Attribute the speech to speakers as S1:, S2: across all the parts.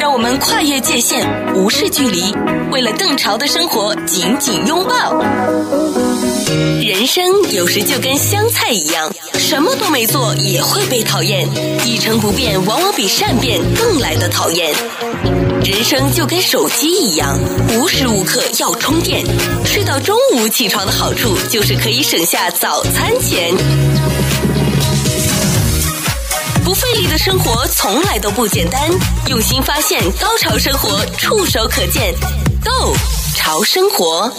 S1: 让我们跨越界限，无视距离，为了更潮的生活，紧紧拥抱。人生有时就跟香菜一样，什么都没做也会被讨厌，一成不变往往比善变更来的讨厌。人生就跟手机一样，无时无刻要充电。睡到中午起床的好处就是可以省下早餐钱。不费力的生活从来都不简单，用心发现，高潮生活触手可见 Go 潮生活。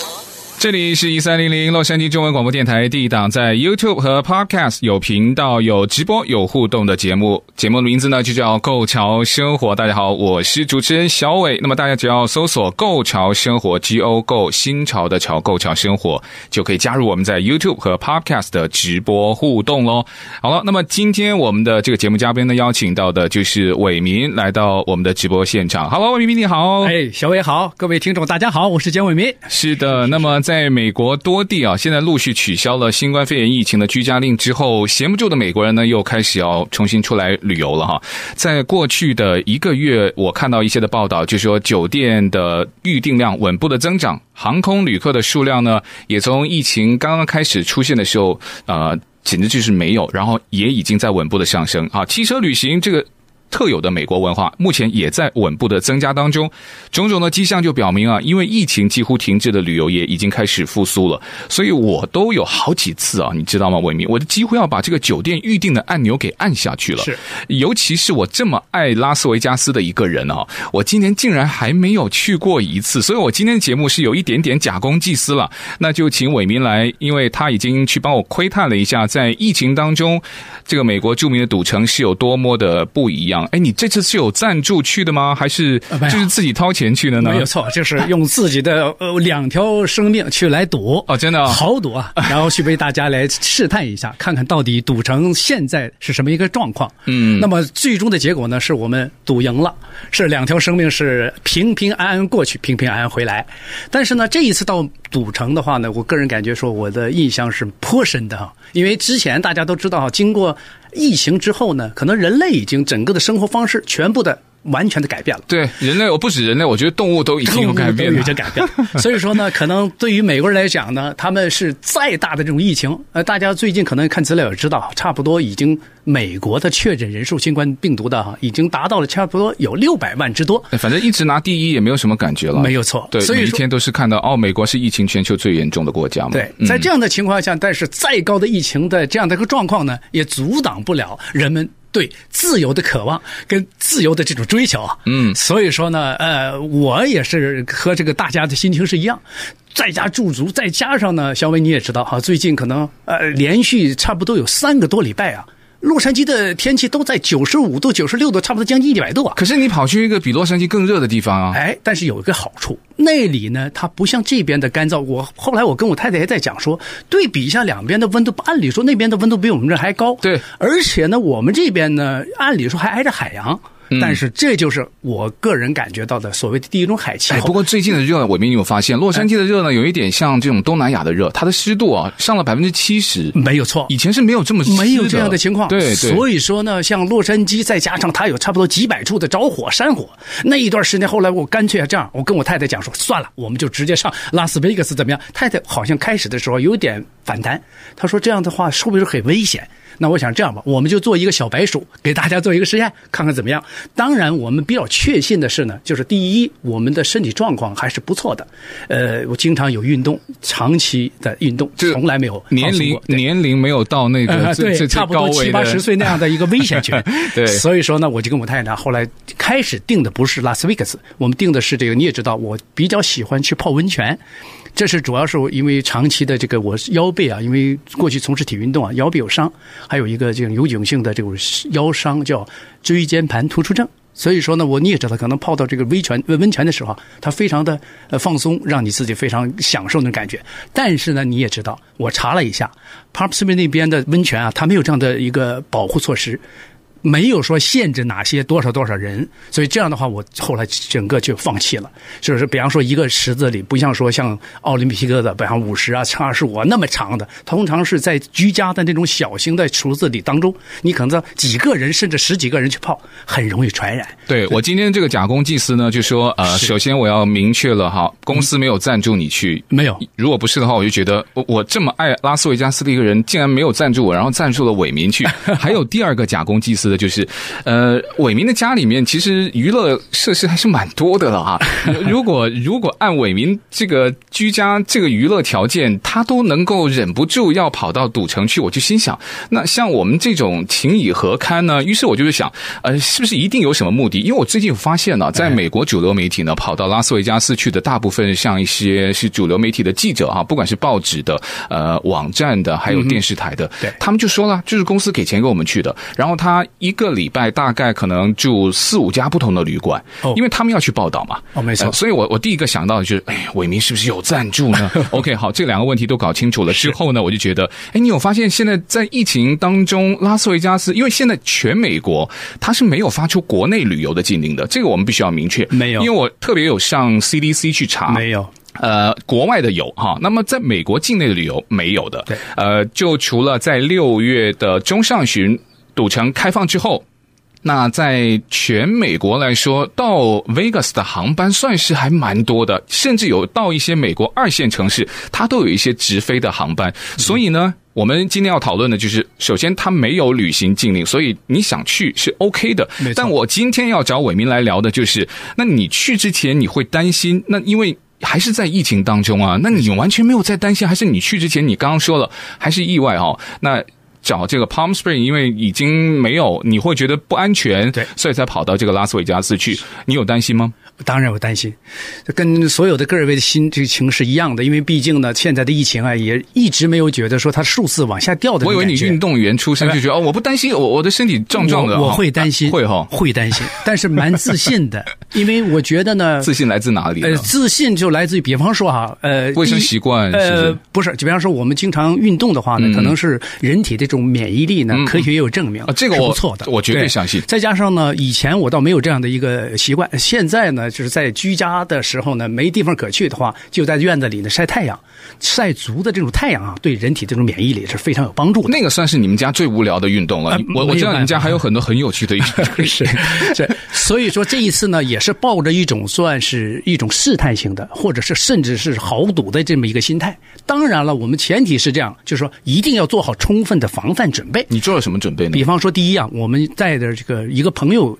S2: 这里是一三零零洛杉矶中文广播电台第一档在 YouTube 和 Podcast 有频道、有直播、有互动的节目。节目的名字呢就叫“购潮生活”。大家好，我是主持人小伟。那么大家只要搜索“购潮生活 ”（G O 购新潮的潮购潮生活）就可以加入我们在 YouTube 和 Podcast 的直播互动喽。好了，那么今天我们的这个节目嘉宾呢，邀请到的就是伟民来到我们的直播现场。Hello，伟民你好。
S3: 哎，小伟好，各位听众大家好，我是简伟民。
S2: 是的，那么在美国多地啊，现在陆续取消了新冠肺炎疫情的居家令之后，闲不住的美国人呢，又开始要重新出来旅游了哈。在过去的一个月，我看到一些的报道，就说酒店的预订量稳步的增长，航空旅客的数量呢，也从疫情刚刚开始出现的时候，呃，简直就是没有，然后也已经在稳步的上升啊。汽车旅行这个特有的美国文化，目前也在稳步的增加当中。种种的迹象就表明啊，因为疫情几乎停滞的旅游业已经开始复苏了。所以我都有好几次啊，你知道吗，伟明，我几乎要把这个酒店预定的按钮给按下去了。
S3: 是，
S2: 尤其是我这么爱拉斯维加斯的一个人啊，我今年竟然还没有去过一次，所以我今天的节目是有一点点假公济私了。那就请伟民来，因为他已经去帮我窥探了一下，在疫情当中，这个美国著名的赌城是有多么的不一样。哎，你这次是有赞助去的吗？还是
S3: 呃没
S2: 就
S3: 有
S2: 是自己掏钱去的呢？
S3: 没有错，就是用自己的呃两条生命去来赌
S2: 哦真的啊
S3: 豪赌啊！然后去为大家来试探一下，看看到底赌城现在是什么一个状况。
S2: 嗯
S3: 那么最终的结果呢，是我们赌赢了，是两条生命是平平安安过去，平平安安回来。但是呢，这一次到赌城的话呢，我个人感觉说我的印象是颇深的哈，因为之前大家都知道哈，经过疫情之后呢，可能人类已经整个的生活方式全部的完全的改变了。
S2: 对人类，我不止人类，我觉得动物都已经有改变
S3: 都
S2: 了
S3: 有。些改变。 所以说呢，可能对于美国人来讲呢，他们是再大的这种疫情，呃，大家最近可能看资料也知道，差不多已经美国的确诊人数新冠病毒的哈，已经达到了差不多有六百万之多。
S2: 哎反正一直拿第一也没有什么感觉了，
S3: 没有错
S2: 对，
S3: 所以
S2: 每一
S3: 说
S2: 天都是看到哦，美国是疫情全球最严重的国家嘛。
S3: 对，
S2: 嗯
S3: 在这样的情况下，但是再高的疫情的这样的一个状况呢，也阻挡不了人们。对自由的渴望跟自由的这种追求啊，
S2: 嗯
S3: 所以说呢，呃，我也是和这个大家的心情是一样，在家驻足，再加上呢，小伟你也知道哈，最近可能呃连续差不多有三个多礼拜啊，洛杉矶的天气都在九十五度、九十六度，差不多将近一百度啊。
S2: 可是你跑去一个比洛杉矶更热的地方啊，
S3: 哎，但是有一个好处，那里呢，它不像这边的干燥。我后来我跟我太太也在讲说，对比一下两边的温度，按理说那边的温度比我们这还高。
S2: 对
S3: 而且呢，我们这边呢，按理说还挨着海洋。
S2: 嗯
S3: 但是这就是我个人感觉到的所谓的第一种海气
S2: 哎，
S3: 候。
S2: 不过最近的热，我们有发现，洛杉矶的热呢，有一点像这种东南亚的热，它的湿度啊上了百分之七十，
S3: 没有错，
S2: 以前是没有这么湿
S3: 嗯没有这样的情况。
S2: 对对，
S3: 所以说呢，像洛杉矶，再加上它有差不多几百处的着火山火，那一段时间，后来我干脆啊这样，我跟我太太讲说，算了，我们就直接上拉斯维加斯怎么样？太太好像开始的时候有点反弹，她说这样的话是不是很危险？那我想这样吧，我们就做一个小白鼠，给大家做一个实验，看看怎么样。当然，我们比较确信的是呢，就是第一，我们的身体状况还是不错的。呃，我经常有运动，长期的运动，
S2: 这
S3: 从来没有放松
S2: 年龄
S3: 过对
S2: 年龄没有到那个
S3: 呃，
S2: 最
S3: 对，
S2: 最最
S3: 差不
S2: 高
S3: 多
S2: 位
S3: 七八十
S2: 的。。
S3: 岁那样的一个危险群
S2: 对
S3: 所以说呢，我就跟我太太后来开始定的不是拉斯维加斯，我们定的是这个，你也知道，我比较喜欢去泡温泉。这是主要是因为长期的这个我腰背啊，因为过去从事体育运动啊，腰背有伤，还有一个这种永久性的这种腰伤叫椎间盘突出症，所以说呢，我你也知道，可能泡到这个温泉温温泉的时候啊，它非常的呃放松，让你自己非常享受那感觉。但是呢，你也知道，我查了一下 p a p s m i 那边的温泉啊，它没有这样的一个保护措施。没有说限制哪些多少多少人，所以这样的话，我后来整个就放弃了。就是比方说一个池子里，不像说像奥林匹克的，比方五十啊、二十五啊那么长的，通常是在居家的那种小型的池子里当中，你可能在几个人甚至十几个人去泡，很容易传染。
S2: 对我今天这个假公济私呢，就说呃，
S3: 是
S2: 首先我要明确了哈，公司没有赞助你去，
S3: 没有
S2: 如果不是的话，我就觉得我我这么爱拉斯维加斯的一个人，竟然没有赞助我，然后赞助了伟民去。还有第二个假公济私的就是，呃，伟民的家里面其实娱乐设施还是蛮多的了哈。如果如果按伟民这个居家这个娱乐条件，他都能够忍不住要跑到赌城去，我就心想，那像我们这种情以何堪呢？于是我就是想，呃，是不是一定有什么目的？因为我最近发现呢、
S3: 哎
S2: 在美国主流媒体呢，跑到拉斯维加斯去的大部分像一些是主流媒体的记者啊，不管是报纸的、呃网站的，还有电视台的，
S3: 嗯对
S2: 他们就说了，就是公司给钱给我们去的，然后他一个礼拜大概可能住四五家不同的旅馆，
S3: 哦
S2: 因为他们要去报道嘛。
S3: 哦没错
S2: 呃所以我我第一个想到的就是，哎，伟民是不是有赞助 呢？OK，好，这两个问题都搞清楚了之后呢，我就觉得，哎，你有发现现在在疫情当中，拉斯维加斯，因为现在全美国它是没有发出国内旅游的禁令的，这个我们必须要明确。
S3: 没有
S2: 因为我特别有上 CDC 去查，
S3: 没有，
S2: 呃，国外的有哈，那么在美国境内的旅游没有的。
S3: 对，
S2: 呃，就除了在六月的中上旬赌城开放之后。那在全美国来说，到 Vegas 的航班算是还蛮多的，甚至有到一些美国二线城市，它都有一些直飞的航班。
S3: 嗯
S2: 所以呢，我们今天要讨论的就是，首先它没有旅行禁令，所以你想去是 OK 的
S3: 没错。
S2: 但我今天要找伟民来聊的就是，那你去之前你会担心，那因为。还是在疫情当中啊，那你完全没有在担心，还是你去之前你刚刚说了，还是意外哦？那找这个 Palm Spring，因为已经没有，你会觉得不安全，
S3: 对
S2: 所以才跑到这个拉斯维加斯去。你有担心吗？
S3: 当然我担心，这跟所有的各位的心这个情是一样的，因为毕竟呢，现在的疫情啊，也一直没有觉得说它数字往下掉的那
S2: 我以
S3: 种
S2: 为
S3: 感觉。哎
S2: 你运动员出身就觉得哦，我不担心，我我的身体壮壮的哦，
S3: 我我会担心，
S2: 啊会哈，
S3: 会担心，但是蛮自信 的，因为我觉得呢，
S2: 自信来自哪里呢？
S3: 呃，自信就来自于，比方说哈，呃，
S2: 卫生
S3: 第一
S2: 习惯是不是嗯
S3: 呃，不是，就比方说我们经常运动的话呢，可能是人体这种免疫力呢，科学也有证明
S2: 啊这个
S3: 是
S2: 我
S3: 不错的，
S2: 我绝对相信
S3: 再加上呢，以前我倒没有这样的一个习惯，现在呢，就是在居家的时候呢，没地方可去的话，就在院子里呢晒太阳，晒足的这种太阳啊，对人体这种免疫力是非常有帮助的。
S2: 那个算是你们家最无聊的运动
S3: 呃
S2: 了。我我知道你们家还有很多很有趣的运动，
S3: 是是，所以说这一次呢，也是抱着一种算是一种试探性的，或者是甚至是豪赌的这么一个心态。当然了，我们前提是这样，就是说一定要做好充分的防范准备。
S2: 你做了什么准备呢
S3: 比？方说，第一啊，我们带的这个一个朋友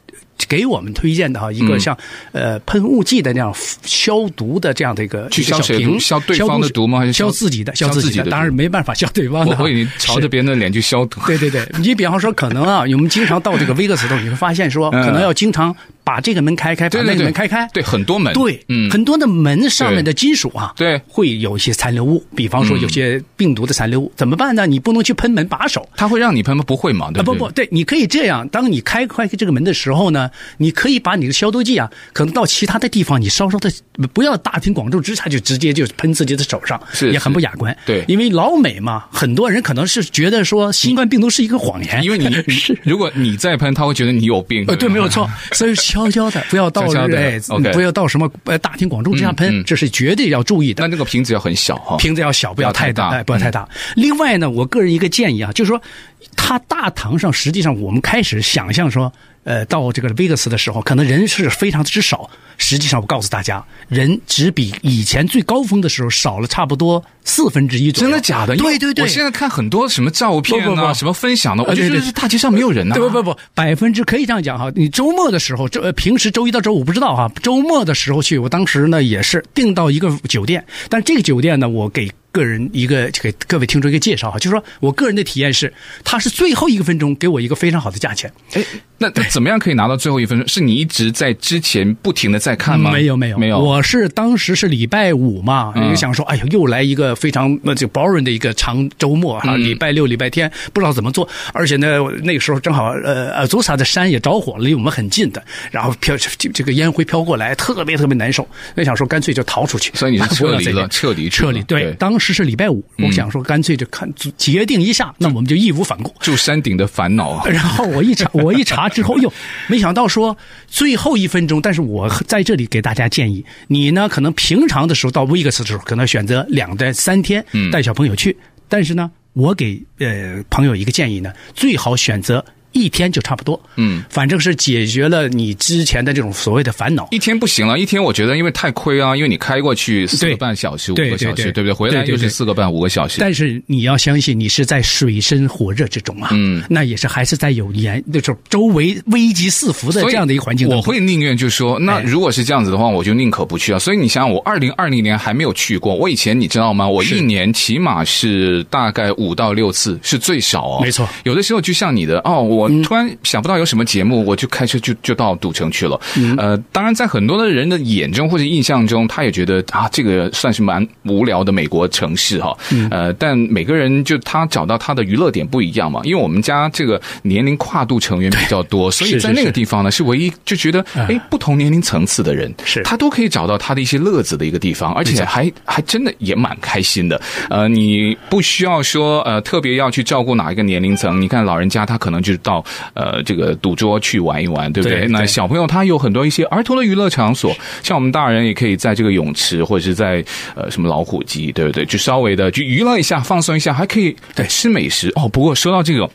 S3: 给我们推荐的哈，一
S2: 嗯
S3: 个像、呃喷雾剂的那样消毒的这样的一个
S2: 去
S3: 一个
S2: 消
S3: 小
S2: 谁毒
S3: 瓶，
S2: 消对方的
S3: 毒
S2: 毒吗还是
S3: 消
S2: 消
S3: 自己的？
S2: 消
S3: 自
S2: 自己的
S3: 当
S2: 毒
S3: 然没办法消对方的
S2: 我
S3: 哈。
S2: 我以为你朝
S3: 是
S2: 着别人的脸去消毒。
S3: 对对对，你比方说，可能 啊，我们经常到这个威克斯的时候，你会发现说，
S2: 嗯
S3: 可能要经常把这个门开开，把
S2: 对
S3: 那
S2: 对
S3: 个
S2: 对，
S3: 门开开。
S2: 对很多门，
S3: 对，
S2: 嗯，
S3: 很多的门上面的金属啊，
S2: 对嗯对
S3: 会有一些残留物，比方说有些病毒的残留物，怎么办呢？你不能去喷门把手。
S2: 他会让你喷吗？不会嘛，对
S3: 啊不
S2: 对？
S3: 不，对，你可以这样，当你开开这个门的时候呢，你可以把你的消毒剂啊，可能到其他的地方，你稍稍的不要大庭广众之下就直接就喷自己的手上，
S2: 是
S3: 也很
S2: 是
S3: 不雅观。
S2: 对
S3: 因为老美嘛，很多人可能是觉得说新冠病毒是一个谎言，
S2: 因为 你你如果你再喷，他会觉得你有病。
S3: 呃，对，没有错。所以悄悄的，不要到
S2: 嗯悄悄地
S3: 哎
S2: OK
S3: 不要到什么呃大庭广众之下
S2: 嗯
S3: 喷
S2: 嗯，
S3: 这是绝对要注意
S2: 那
S3: 的。
S2: 那个瓶子要很小哈，
S3: 瓶子要小，不要太
S2: 不要太大嗯
S3: 哎，不要太大。另外呢，我个人一个建议啊，就是说，它大堂上实际上我们开始想象说，呃，到这个威克斯的时候，可能人是非常之少。实际上，我告诉大家，人只比以前最高峰的时候少了差不多四分之一左右。
S2: 真的假的？因为
S3: 对对对，
S2: 我现在看很多什么照片
S3: 不不
S2: 啊，
S3: 不
S2: 什么分享的，我
S3: 呃
S2: 就
S3: 对
S2: 觉得
S3: 对
S2: 是大街上没有人啊呐。
S3: 对不不不，百分之可以这样讲哈。你周末的时候，周呃平时周一到周五不知道哈，周末的时候去，我当时呢也是订到一个酒店，但这个酒店呢，我给个人一个给各位听众一个介绍哈，就是说我个人的体验是，它是最后一个分钟给我一个非常好的价钱。
S2: 哎，那那怎么样可以拿到最后一分钟？是你一直在之前不停的在看吗？
S3: 没有没有
S2: 没有。
S3: 我是当时是礼拜五嘛，
S2: 嗯
S3: 也想说，哎呦，又来一个非常呃这 boring 的一个长周末
S2: 嗯
S3: 哈，礼拜六、礼拜天不知道怎么做，而且呢，我那个时候正好呃呃，祖萨的山也着火了，离我们很近的，然后飘这这个烟灰飘过来，特别特别难受， 那想说干脆就逃出去，
S2: 所以你是
S3: 不要
S2: 撤离
S3: 在
S2: 了
S3: 这
S2: 撤离去
S3: 撤
S2: 了
S3: 离，对
S2: 对，嗯
S3: 当时是礼拜五，我想说干脆就看决定一下，那我们就义无反顾，
S2: 住山顶的烦恼 啊！
S3: 然后我一查，我一查之后，哟，没想到说最后一分钟。但是我在这里给大家建议，你呢可能平常的时候到 Vegas 的时候，可能选择两到三天带小朋友去。但是呢，我给呃朋友一个建议呢，最好选择一天就差不多。嗯，反正是解决了你之前的这种所谓的烦恼。
S2: 一天不行了，一天我觉得因为太亏啊，因为你开过去四个半小时、五
S3: 对
S2: 个小
S3: 对
S2: 时，对
S3: 对
S2: 不对？回来
S3: 对对
S2: 又是
S3: 对
S2: 四个半、五个小时。
S3: 但是你要相信，你是在水深火热之中啊，嗯，那也是还是在有严，就是周围危机四伏的
S2: 所以
S3: 这样的一个环境当
S2: 我
S3: 中。
S2: 会
S3: 哎
S2: 宁愿就说，那如果是这样子的话，我就宁可不去啊。所以你想想，我二零二零年还没有去过，我以前你知道吗？我一年起码是大概五到六次，是最少哦。
S3: 没错嗯
S2: 有的时候就像你的哦，我突然想不到有什么节目，我就开车就就到赌城去了。
S3: 嗯
S2: 呃，当然在很多的人的眼中或者印象中，他也觉得啊，这个算是蛮无聊的美国城市哈。
S3: 嗯
S2: 呃，但每个人就他找到他的娱乐点不一样嘛，因为我们家这个年龄跨度成员比较多，所以
S3: 是
S2: 在
S3: 是
S2: 那个
S3: 是嗯
S2: 地方呢，是唯一就觉得，哎，不同年龄层次的人，
S3: 是
S2: 他都可以找到他的一些乐子的一个地方，而且还还真的也蛮开心的。呃，你不需要说呃特别要去照顾哪一个年龄层，你看老人家他可能就是到呃这个赌桌去玩一玩，对不对？
S3: 对
S2: 那
S3: 对
S2: 小朋友他有很多一些儿童的娱乐场所，像我们大人也可以在这个泳池或者是在呃什么老虎机，对不对？就稍微的去娱乐一下，放松一下，还可以对吃美食哦。不过说到这个。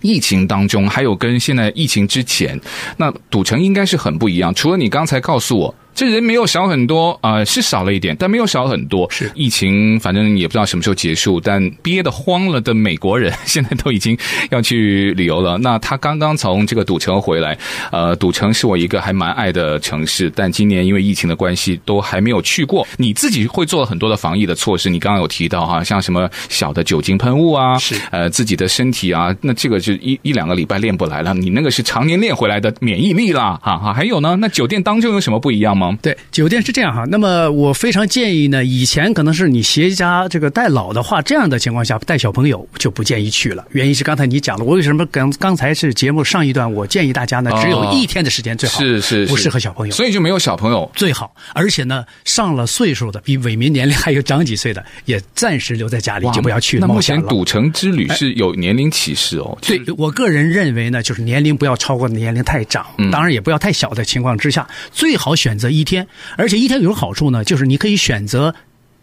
S2: 疫情当中，还有跟现在疫情之前，那赌城应该是很不一样。除了你刚才告诉我，这人没有少很多，呃，是少了一点，但没有少很多。
S3: 是
S2: 疫情，反正也不知道什么时候结束，但憋得慌了的美国人现在都已经要去旅游了。那他刚刚从这个赌城回来，呃，赌城是我一个还蛮爱的城市，但今年因为疫情的关系，都还没有去过。你自己会做很多的防疫的措施，你刚刚有提到哈，像什么小的酒精喷雾啊，
S3: 是
S2: 呃自己的身体啊，那这个就一一两个礼拜练不来了，你那个是常年练回来的免疫力啦，哈哈。还有呢，那酒店当中有什么不一样吗？
S3: 对，酒店是这样哈。那么我非常建议呢，以前可能是你携家这个带老的话，这样的情况下带小朋友就不建议去了。原因是刚才你讲了，我为什么刚刚才是节目上一段，我建议大家呢，只有一天的时间最好，
S2: 是是是，
S3: 不适合小朋友。
S2: 所以就没有小朋友。
S3: 最好，而且呢，上了岁数的，比伪民年龄还有长几岁的，也暂时留在家里，就不要去
S2: 那目
S3: 冒险
S2: 前
S3: 了。哎
S2: 赌城之旅是有年龄歧视哦，
S3: 对我个人认为呢，就是年龄不要超过年龄太长，当然也不要太小的情况之下，最好选择一天。而且一天有个好处呢，就是你可以选择。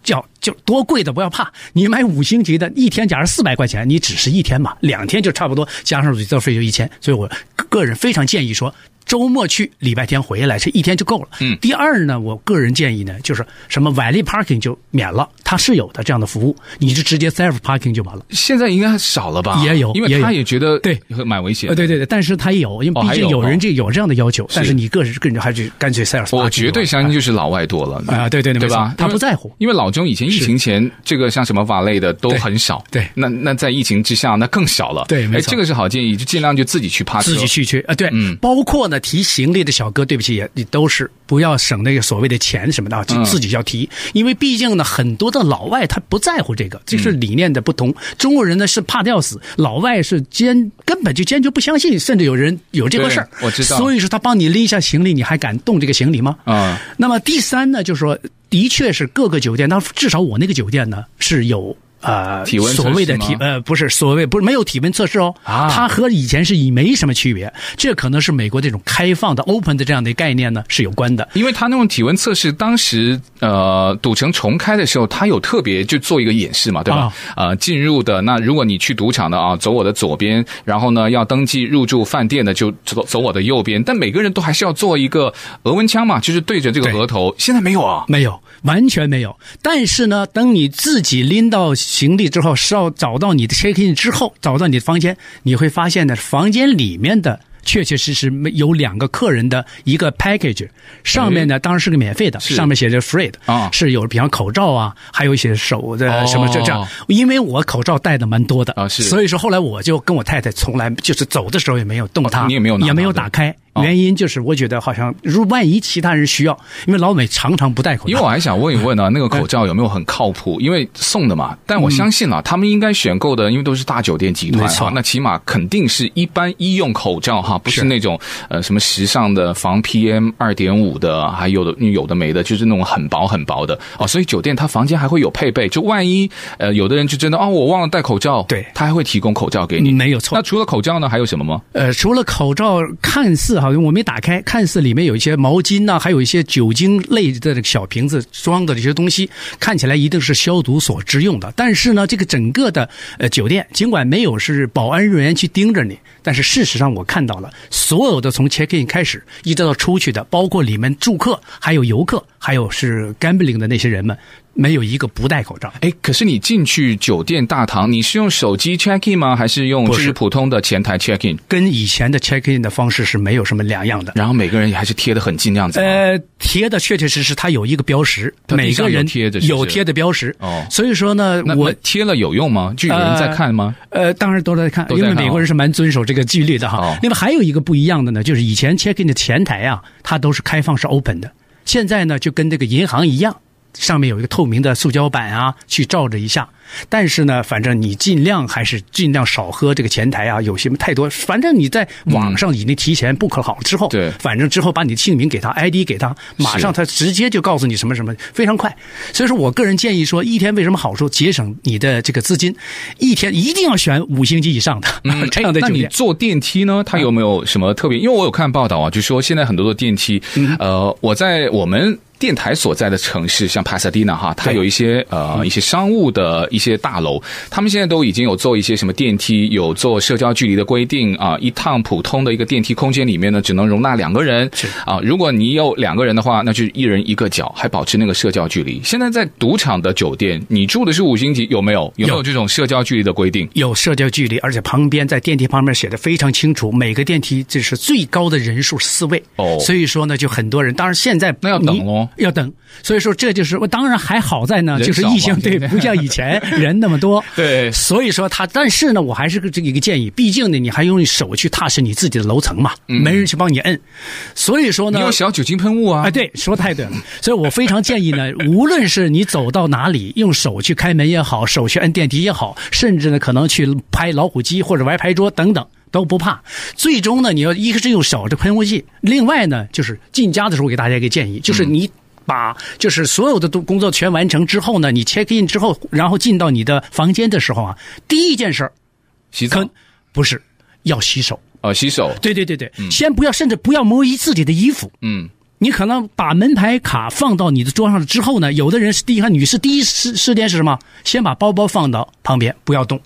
S3: 叫就多贵的不要怕，你买五星级的，一天假如四百块钱，你只是一天嘛，两天就差不多，加上旅游费就一千，所以我个人非常建议说，周末去，礼拜天回来，这一天就够了。嗯。第二呢，我个人建议呢，就是什么 valley parking 就免了，它是有的这样的服务，你就直接 self parking 就完了。
S2: 现在应该少了吧？
S3: 也有
S2: 因
S3: 也
S2: 为
S3: 有
S2: 他也觉得
S3: 对
S2: 蛮危险的。
S3: 呃，对对对，但是他也有，因为
S2: 哦
S3: 毕
S2: 还
S3: 竟
S2: 有
S3: 有
S2: 哦
S3: 人这有这样的要求，但
S2: 是
S3: 是你个人个人还去干脆塞尔斯巴
S2: 我
S3: 克
S2: 绝对
S3: 吧
S2: 相信就是老外多了
S3: 啊对对对
S2: 对
S3: 没
S2: 吧
S3: 错？他
S2: 因为
S3: 不在乎
S2: 因为老钟以前疫情前这个像什么瓦类的都
S3: 对
S2: 很少，
S3: 对
S2: 那那在疫情之下那更少了，
S3: 对没
S2: 哎
S3: 错
S2: 这个是好建议，就尽量就自己去趴车，
S3: 自己去去啊、对，
S2: 嗯
S3: 包括呢提行李的小哥，对不起也也都是不要省那个所谓的钱什么的啊，就
S2: 嗯
S3: 自己要提，因为毕竟呢很多的老外他不在乎这个，这是理念的不同。中国人呢是怕的要死，老外是坚根本就坚决不相信，甚至有人有这回事儿
S2: 对我知道
S3: 所以说他帮你拎一下行李，你还敢动这个行李吗？
S2: 啊
S3: 那么第三呢，就是说，的确是各个酒店，那至少我那个酒店呢是有。呃，
S2: 体温测试
S3: 所谓的体
S2: 吗
S3: 呃不是所谓不是没有体温测试哦，
S2: 啊
S3: 它和以前是以没什么区别，这可能是美国这种开放的 open 的这样的概念呢是有关的。
S2: 因为他那种体温测试，当时呃赌城重开的时候，他有特别就做一个演示嘛，对
S3: 啊
S2: 吧？呃，进入的那如果你去赌场的啊，走我的左边，然后呢要登记入住饭店的就走走我的右边，但每个人都还是要做一个额温枪嘛，就是对着这个
S3: 对
S2: 额头。现在没有啊，
S3: 没有，完全没有。但是呢，等你自己拎到行李之后，是要找到你的 check in 之后，找到你的房间，你会发现呢，房间里面的确确实实没有两个客人的一个 package，上面呢当然是个免费的，
S2: 是
S3: 上面写着 free 的，
S2: 啊
S3: 是有比方口罩啊，还有一些手
S2: 哦
S3: 的什么这这样，因为我口罩戴的蛮多的
S2: 啊是
S3: 所以说后来我就跟我太太从来就是走的时候也没有动它，
S2: 哦你也没有拿
S3: 也没有
S2: 它的
S3: 打开，
S2: 哦
S3: 原因就是我觉得好像如万一其他人需要，因为老美常常不戴口
S2: 因为
S3: 罩
S2: 我。还想问一问啊 呢、那个口罩有没有很靠谱？因为送的嘛，但我相信啊，他们应该选购的，因为都是大酒店集团
S3: 没
S2: 哈
S3: 错，
S2: 那起码肯定是一般医用口罩哈，不是那种呃什么时尚的防 PM 二点五的，还有的有的没的，就是那种很薄很薄的哦。所以酒店它房间还会有配备，就万一呃有的人就真的哦我忘了戴口罩，
S3: 对
S2: 他还会提供口罩给你，
S3: 没有错
S2: 那除了口罩呢，还有什么吗？
S3: 呃，除了口罩，看似好像我没打开，看似里面有一些毛巾呐、还有一些酒精类的这个小瓶子装的这些东西，看起来一定是消毒所之用的。但是呢，这个整个的呃酒店，尽管没有是保安人员去盯着你，但是事实上我看到了，所有的从 check in 开始，一直到出去的，包括里面住客、还有游客、还有是 gambling 的那些人们，没有一个不戴口罩。
S2: 哎，可是你进去酒店大堂，你是用手机 check in 吗？还是用就
S3: 不是
S2: 是普通的前台 check in？
S3: 跟以前的 check in 的方式是没有什么两样的。
S2: 然后每个人也还是贴得很近这样子吗。
S3: 呃，贴的确确实实，它有一个标识，
S2: 它地
S3: 每
S2: 上
S3: 个
S2: 有
S3: 人
S2: 贴着是不是
S3: 有贴的标识。
S2: 哦
S3: 所以说呢，
S2: 那
S3: 我
S2: 那贴了有用吗？就有人在看吗？
S3: 呃，当然都在看，
S2: 都在
S3: 因
S2: 看啊
S3: 为美国人是蛮遵守这个纪律的哈。
S2: 哦
S3: 另外还有一个不一样的呢，就是以前 check in 的前台啊，它都是开放是 open 的，现在呢就跟这个银行一样。上面有一个透明的塑胶板啊，去罩着一下。但是呢，反正你尽量还是尽量少喝这个前台啊，有些太多。反正你在网上已经提前 book 好之后，
S2: 对
S3: 反正之后把你的姓名给他，ID 给他，马上他直接就告诉你什么什么，非常快。所以说我个人建议说，一天为什么好处节省你的这个资金，一天一定要选五星级以上的、 这样的
S2: 嗯哎那
S3: 酒
S2: 你
S3: 店。啊
S2: 坐电梯呢？它有没有什么特别？因为我有看报道啊，就说现在很多的电梯，
S3: 嗯
S2: 呃，我在我们。电台所在的城市，像帕萨蒂纳哈，它有一些呃
S3: 嗯
S2: 一些商务的一些大楼，他们现在都已经有做一些什么电梯，有做社交距离的规定啊、一趟普通的一个电梯空间里面呢，只能容纳两个人
S3: 是
S2: 啊、如果你有两个人的话，那就是一人一个角，还保持那个社交距离。现在在赌场的酒店，你住的是五星级，有没有有没有
S3: 有
S2: 这种社交距离的规定？
S3: 有社交距离，而且旁边在电梯旁边写的非常清楚，每个电梯这是最高的人数是四位。
S2: 哦
S3: 所以说呢，就很多人，当然现在
S2: 那要等咯
S3: 你要等。所以说这就是，我当然还好在呢，
S2: 人
S3: 就是
S2: 少
S3: 疫
S2: 嘛
S3: 情对，
S2: 现在
S3: 不像以前人那么多。
S2: 对
S3: 所以说他，但是呢，我还是个这个一个建议，毕竟呢，你还用手去踏实你自己的楼层嘛，没人去帮你摁。所以说
S2: 嗯
S3: 呢，
S2: 你有小酒精喷雾啊？
S3: 啊，对，说太对了，所以我非常建议呢，无论是你走到哪里，用手去开门也好，手去按电梯也好，甚至呢可能去拍老虎机或者玩牌桌等等。都不怕，最终呢，你要一个是用手这喷雾剂，另外呢，就是进家的时候给大家一个建议，就是你把就是所有的都工作全完成之后呢，你 check in 之后，然后进到你的房间的时候啊，第一件事儿
S2: 洗
S3: 可不是要洗手，
S2: 呃洗手，
S3: 对对对对，先不要，甚至不要摸一自己的衣服，
S2: 嗯，
S3: 你可能把门牌卡放到你的桌上之后呢，有的人是第一看女士第一时时间是什么？先把包包放到旁边，不要动。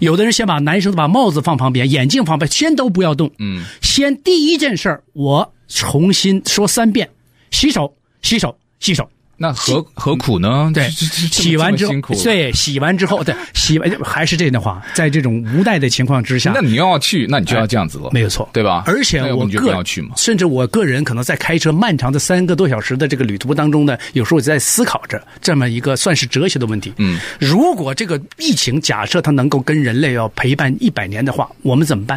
S3: 有的人先把男生把帽子放旁边，眼镜放旁边，先都不要动。嗯，先第一件事儿，我重新说三遍：洗手，洗手，洗手。
S2: 那何何苦呢？
S3: 对，
S2: 这这这这
S3: 洗完之
S2: 这么
S3: 后
S2: 辛苦，，
S3: 对，洗完之后，对，洗完还是这句话，在这种无奈的情况之下，
S2: 哎那你要去，那你就要这样子了，
S3: 哎没有错，
S2: 对吧？
S3: 而且
S2: 那要不
S3: 我
S2: 你就
S3: 个
S2: 不要去嘛。
S3: 甚至我个人可能在开车漫长的三个多小时的这个旅途当中呢，有时候我在思考着这么一个算是哲学的问题。嗯，如果这个疫情假设它能够跟人类要陪伴一百年的话，我们怎么办？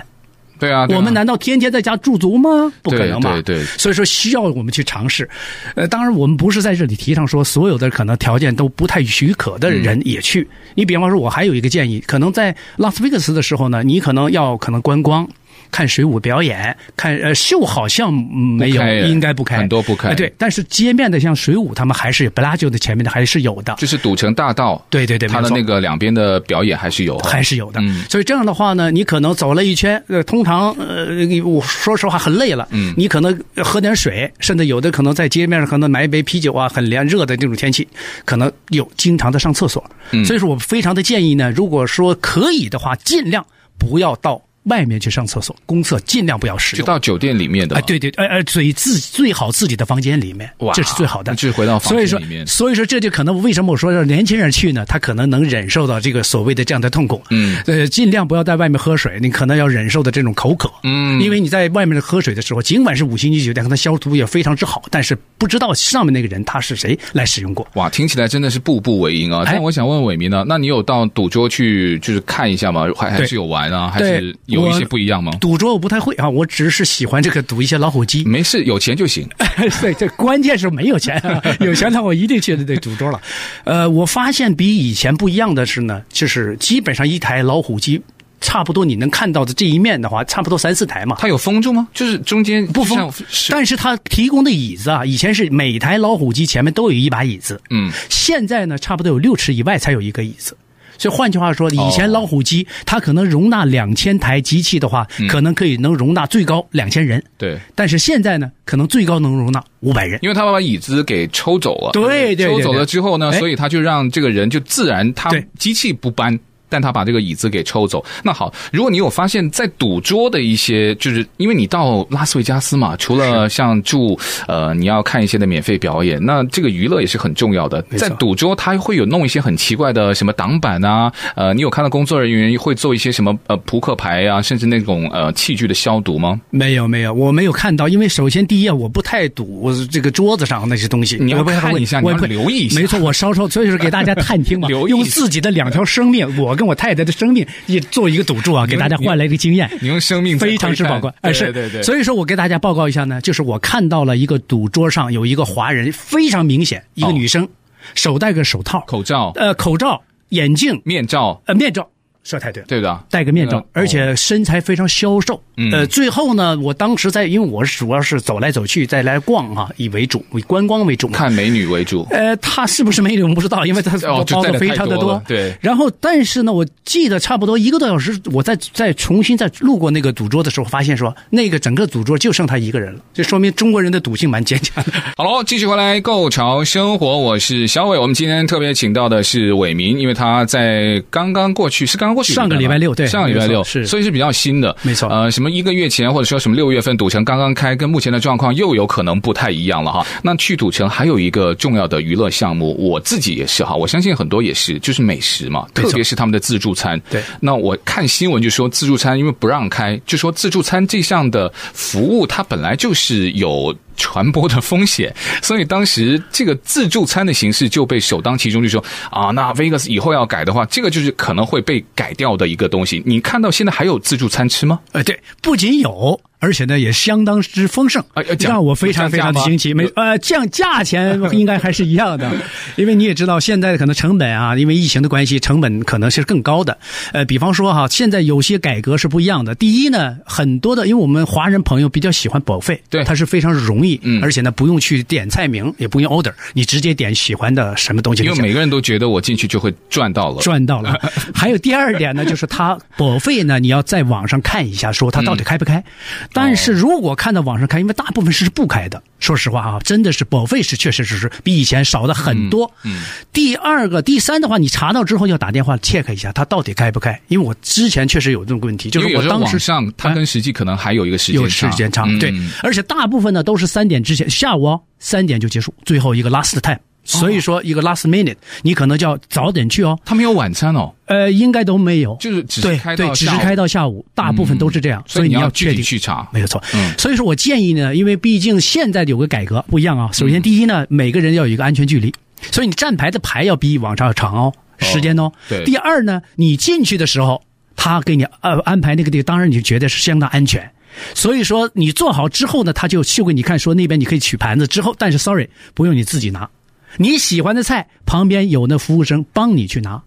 S2: 对啊，对啊
S3: 我们难道天天在家驻足吗？不可能吧？
S2: 对对对
S3: 所以说需要我们去尝试。呃，当然我们不是在这里提倡说所有的可能条件都不太许可
S2: 嗯
S3: 的人也去。你比方说，我还有一个建议，可能在拉斯维加斯的时候呢，你可能要可能观光。看水舞表演，看呃秀好像没
S2: 不
S3: 有
S2: 开，耶
S3: 应该不开，
S2: 很多不开
S3: 哎对，但是街面的像水舞，他们还是有 b l a g i o 的前面的还是有的。
S2: 就是赌城大道，
S3: 对对对，
S2: 它的
S3: 没错
S2: 那个两边的表演还是有，
S3: 还是有的。
S2: 嗯
S3: 所以这样的话呢，你可能走了一圈，呃，通常呃，我说实话很累了，嗯，你可能喝点水，甚至有的可能在街面上可能买一杯啤酒啊，很凉热的这种天气，可能有经常的上厕所。所以说我非常的建议呢，如果说可以的话，尽量不要到。外面去上厕所，公厕尽量不要使
S2: 就
S3: 用。
S2: 到酒店里面的
S3: 啊，
S2: 嘛，
S3: 对对，呃呃，所以自最好自己的房间里面
S2: 哇，
S3: 这是最好的。
S2: 那就是回到房
S3: 所以
S2: 间
S3: 说
S2: 里面，
S3: 所以说这就可能为什么我说让年轻人去呢？他可能能忍受到这个所谓的这样的痛苦。
S2: 嗯，
S3: 呃，尽量不要在外面喝水，你可能要忍受的这种口渴。
S2: 嗯
S3: 因为你在外面喝水的时候，尽管是五星级酒店，可能消毒也非常之好，但是不知道上面那个人他是谁来使用过。
S2: 哇，听起来真的是步步为营啊！
S3: 哎
S2: 但我想问伟民呢，那你有到赌桌去就是看一下吗？还还
S3: 对
S2: 是有玩啊？还
S3: 对
S2: 是有一些
S3: 我
S2: 不一样吗？
S3: 赌桌我不太会啊，我只是喜欢这个赌一些老虎机。
S2: 没事，有钱就行。
S3: 哎 对，这关键是没有钱、啊，有钱的我一定去这赌桌了。呃，我发现比以前不一样的是呢，就是基本上一台老虎机，差不多你能看到的这一面的话，差不多三四台嘛。
S2: 它有封住吗？就是中间
S3: 不封
S2: 像是，
S3: 但是它提供的椅子啊，以前是每台老虎机前面都有一把椅子，
S2: 嗯，
S3: 现在呢，差不多有六尺以外才有一个椅子。所以换句话说，以前
S2: 哦
S3: 老虎机它可能容纳两千台机器的话，
S2: 嗯
S3: 可能可以能容纳最高两千人，
S2: 对，
S3: 但是现在呢，可能最高能容纳五百人。
S2: 因为他把椅子给抽走了，
S3: 对对对
S2: 抽走了
S3: 对
S2: 之后呢，
S3: 哎
S2: 所以他就让这个人就自然他
S3: 对
S2: 机器不搬。但他把这个椅子给抽走。那好，如果你有发现，在赌桌的一些，就是因为你到拉斯维加斯嘛，除了像住呃，你要看一些的免费表演，那这个娱乐也是很重要的。
S3: 错
S2: 在赌桌，他会有弄一些很奇怪的什么挡板啊，呃，你有看到工作人员会做一些什么呃扑克牌啊，甚至那种呃器具的消毒吗？
S3: 没有没有，我没有看到，因为首先第一啊，我不太赌我这个桌子上那些东西，
S2: 你要
S3: 我不太
S2: 看
S3: 会
S2: 一下
S3: 我
S2: 你要
S3: 不
S2: 留意一下
S3: 没错，我稍稍，所以说给大家探听 嘛，
S2: 留意一下
S3: 用自己的两条生命，我跟我太太的生命也做一个赌注啊，给大家换来一个经验。
S2: 你用生命在
S3: 非常之
S2: 窥
S3: 宝
S2: 探
S3: 贵，哎，是，
S2: 对对对，
S3: 所以说我给大家报告一下呢，就是我看到了一个赌桌上有一个华人，非常明显，一个
S2: 哦
S3: 女生，手戴个手套，
S2: 口罩、
S3: 呃口罩、眼镜、
S2: 面罩，
S3: 呃面罩，说太对了。
S2: 对呃的，
S3: 戴个面罩，
S2: 那个
S3: 而且身材非常消瘦。
S2: 哦嗯
S3: 呃，最后呢，我当时在，因为我是主要是走来走去，再来逛啊，以为主，以观光为主嘛。
S2: 看美女为 主。
S3: 呃，他是不是美女我们不知道，因为他
S2: 哦就
S3: 包
S2: 带
S3: 的
S2: 得
S3: 非
S2: 太
S3: 常的
S2: 多了对
S3: 然后，但是呢，我记得差不多一个多小时，我再再重新再路过那个赌桌的时候，发现说那个整个赌桌就剩他一个人了，这说明中国人的赌性蛮坚强的。
S2: 好喽，继续回来购潮生活，我是小伟。我们今天特别请到的是伟民，因为他在刚刚过去是刚刚过去
S3: 上个
S2: 吧
S3: 礼拜六对
S2: 上个礼拜六
S3: 没错是
S2: 所以是比较新的，
S3: 没错
S2: 呃，什么一个月前或者说什么六月份赌城刚刚开，跟目前的状况又有可能不太一样了哈。那去赌城还有一个重要的娱乐项目，我自己也是哈，我相信很多也是，就是美食嘛，
S3: 没
S2: 特
S3: 错
S2: 别是他们的自助餐。
S3: 对
S2: 那我看新闻就说自助餐因为不让开，就说自助餐这项的服务它本来就是有。传播的风险，所以当时这个自助餐的形式就被首当其冲，就说啊，那 Vegas 以后要改的话，这个就是可能会被改掉的一个东西。你看到现在还有自助餐吃吗？
S3: 呃，对，不仅有，而且呢也相当之丰盛，
S2: 哎要讲
S3: 让我非常非常的惊奇。
S2: 有降
S3: 没
S2: 价
S3: 呃，降价 钱应该还是一样的，因为你也知道现在可能成本啊，因为疫情的关系，成本可能是更高的。呃，比方说哈，现在有些改革是不一样的。第一呢，很多的，因为我们华人朋友比较喜欢保费，
S2: 对
S3: 它是非常容易，
S2: 嗯
S3: 而且呢不用去点菜名，也不用 order，你直接点喜欢的什么东西
S2: 因
S3: 就
S2: 为
S3: 行。
S2: 每个人都觉得我进去就会赚到了。
S3: 赚到 了。还有第二点呢，就是它保费呢，你要在网上看一下，说它到底开不
S2: 嗯
S3: 开。但是如果看到网上开，因为大部分是不
S2: 哦
S3: 开的。说实话啊，真的是保费是确实是是比以前少的很多。嗯，第二个、第三的话，你查到之后要打电话 check 一下它到底开不开，因为我之前确实有这种问题，就
S2: 因为
S3: 是
S2: 有
S3: 我
S2: 时候
S3: 当时啊
S2: 网上它跟实际可能还有一个时间
S3: 有
S2: 差，
S3: 时间差，
S2: 嗯
S3: 对，而且大部分呢都是三点之前，下午哦三点就结束，最后一个 last time。所以说，一个 last minute，、你可能就要早点去哦。
S2: 他们有晚餐哦，
S3: 呃，应该都没有，
S2: 就是只是
S3: 对
S2: 开到
S3: 对，只是
S2: 下午嗯
S3: 开到下午，大部分都是这样，
S2: 所以
S3: 以
S2: 你要
S3: 要
S2: 具
S3: 确
S2: 体
S3: 定
S2: 去查。
S3: 没有错，
S2: 嗯
S3: 所以说我建议呢，因为毕竟现在有个改革不一
S2: 嗯
S3: 样啊。首先，第一呢，每个人要有一个安全距离，所以你站牌的牌要比往常要长哦，时间哦。
S2: 对
S3: 第二呢，你进去的时候，他给你呃安排那个地，当然你就觉得是相当安全。所以说你做好之后呢，他就秀给你看，说那边你可以取盘子之后，但是 sorry，不用你自己拿，你喜欢的菜旁边有那服务生帮你去拿。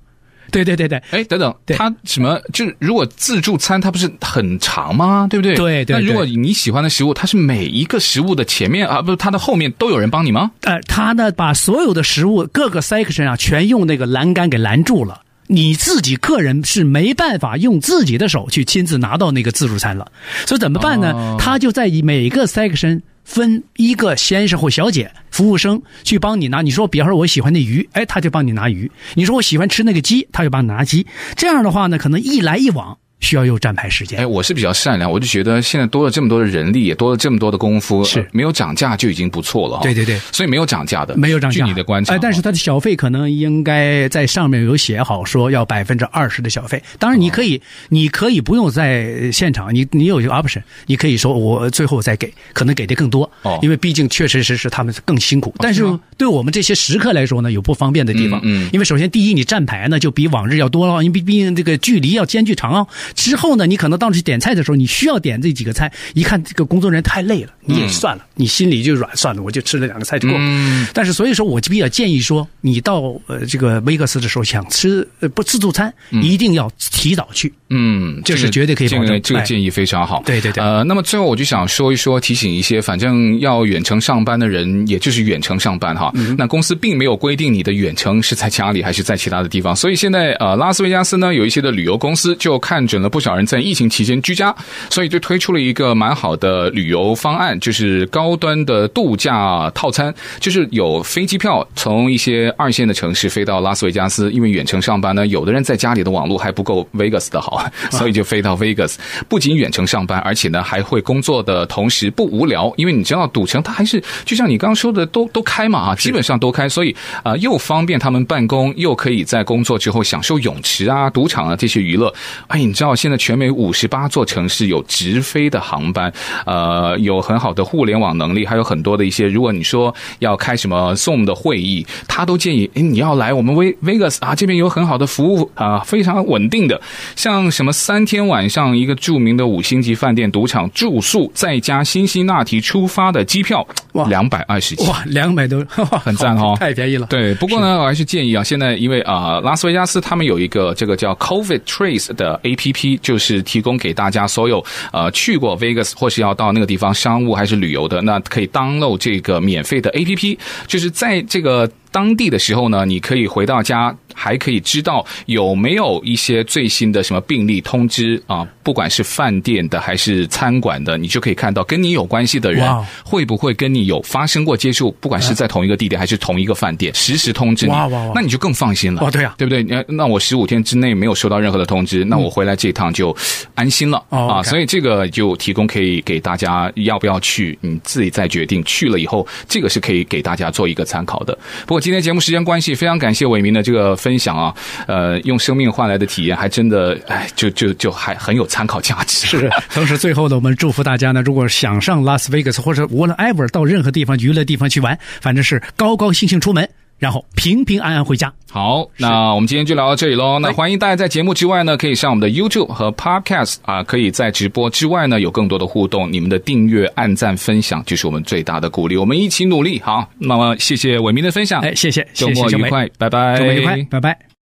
S3: 对对对对，
S2: 哎，等等，
S3: 对
S2: 它什么？就是如果自助餐，它不是很长吗？对不对？
S3: 对对
S2: 那如
S3: 对
S2: 果你喜欢的食物，它是每一个食物的前面啊，不是它的后面都有人帮你吗？
S3: 呃，他呢把所有的食物各个 section 啊，全用那个栏杆给拦住了。你自己个人是没办法用自己的手去亲自拿到那个自助餐了，所以怎么办呢？
S2: 哦
S3: 他就在以每个 section 分一个先生或小姐服务生去帮你拿。你说，比方说我喜欢那鱼，哎，他就帮你拿鱼；你说我喜欢吃那个鸡，他就帮你拿鸡。这样的话呢，可能一来一往，需要有站牌时间。
S2: 哎，我是比较善良，我就觉得现在多了这么多的人力，也多了这么多的功夫，
S3: 是
S2: 呃没有涨价就已经不错了哈。
S3: 对对对
S2: 所以没有涨价的，
S3: 没有涨价，
S2: 据你的观察，
S3: 哎，但是它的小费可能应该在上面有写好，说要百分之二十的小费。当然，你可以，你可以不用在现场，你你有一个 option，你可以说我最后再给，可能给的更多，
S2: 哦
S3: 因为毕竟确实实是他们更辛苦。但是对我们这些食客来说呢，有不方便的地方，
S2: 嗯嗯
S3: 因为首先第一，你站牌呢就比往日要多了，因为毕毕竟这个距离要间距长啊。之后呢，你可能到去点菜的时候，你需要点这几个菜，一看这个工作人员太累了，你也算了，你心里就软，算了，我就吃了两个菜就够了。
S2: 嗯
S3: 但是所以说，我就比较建议说，你到呃这个威克斯的时候，想吃呃不自助餐，一定要提早去。
S2: 嗯，
S3: 这
S2: 这
S3: 是
S2: 个
S3: 绝对可以
S2: 这
S3: 保
S2: 个
S3: 证
S2: 这个
S3: 哎
S2: 建议非常好。
S3: 对对对
S2: 呃，那么最后我就想说一说，提醒一些反正要远程上班的人，也就是远程上班
S3: 嗯
S2: 哈。那公司并没有规定你的远程是在家里还是在其他的地方，所以现在呃，拉斯维加斯呢有一些的旅游公司就看准了不少人在疫情期间居家，所以就推出了一个蛮好的旅游方案，就是高端的度假套餐，就是有飞机票从一些二线的城市飞到拉斯维加斯，因为远程上班呢，有的人在家里的网络还不够 Vegas 的好，所以就飞到 Vegas。不仅远程上班，而且呢还会工作的同时不无聊，因为你知道赌城它还是就像你刚刚说的都都开嘛啊，基本上都开，所以啊、呃又方便他们办公，又可以在工作之后享受泳池啊、赌场啊这些娱乐。哎，你知道现在全美五十八座城市有直飞的航班，呃，有很好的互联网能力，还有很多的一些，如果你说要开什么 Zoom 的会议，他都建议，哎，你要来我们 Ve- Vegas 啊，这边有很好的服务啊、非常稳定的，像什么三天晚上一个著名的五星级饭店赌场住宿，再加辛辛那提出发的机票，
S3: 哇
S2: 两百二十
S3: 哇，两百多，哇
S2: 很赞哦
S3: 好太便宜了。
S2: 对，不过呢，我还是建议啊，现在因为啊、拉斯维加斯他们有一个这个叫 COVID Trace 的 A P P，就是提供给大家所有呃去过 Vegas 或是要到那个地方商务还是旅游的，那可以 download 这个免费的 A P P，就是在这个。当地的时候呢，你可以回到家，还可以知道有没有一些最新的什么病例通知啊，不管是饭店的还是餐馆的，你就可以看到跟你有关系的人
S3: 哇哦
S2: 会不会跟你有发生过接触，不管是在同一个地点还是同一个饭店，实时通知你，
S3: 哇哇哇
S2: 那你就更放心了，
S3: 哇对啊嗯
S2: 对不对？你看那我十五天之内没有收到任何的通知，那我回来这趟就安心了、
S3: 哦
S2: 啊，
S3: ，OK
S2: 所以这个就提供可以给大家要不要去，你自己再决定去了以后，这个是可以给大家做一个参考的。不过今天节目时间关系，非常感谢伟民的这个分享啊，呃，用生命换来的体验，还真的哎，就就就还很有参考价值，
S3: 是，同时最后呢，我们祝福大家呢，如果想上拉斯维加斯或者 whatever 到任何地方娱乐地方去玩，反正是高高兴兴出门，然后平平安安回家。
S2: 好，那我们今天就聊到这里喽。
S3: 哎
S2: 那欢迎大家在节目之外呢，可以上我们的 YouTube 和 Podcast 啊，可以在直播之外呢有更多的互动。你们的订阅、按赞、分享就是我们最大的鼓励，我们一起努力。好，那么谢谢伟明的分享，
S3: 哎，谢谢，
S2: 周
S3: 谢谢
S2: 末
S3: 周
S2: 愉
S3: 梅
S2: 快，拜拜，哎
S3: 周末愉快，拜拜。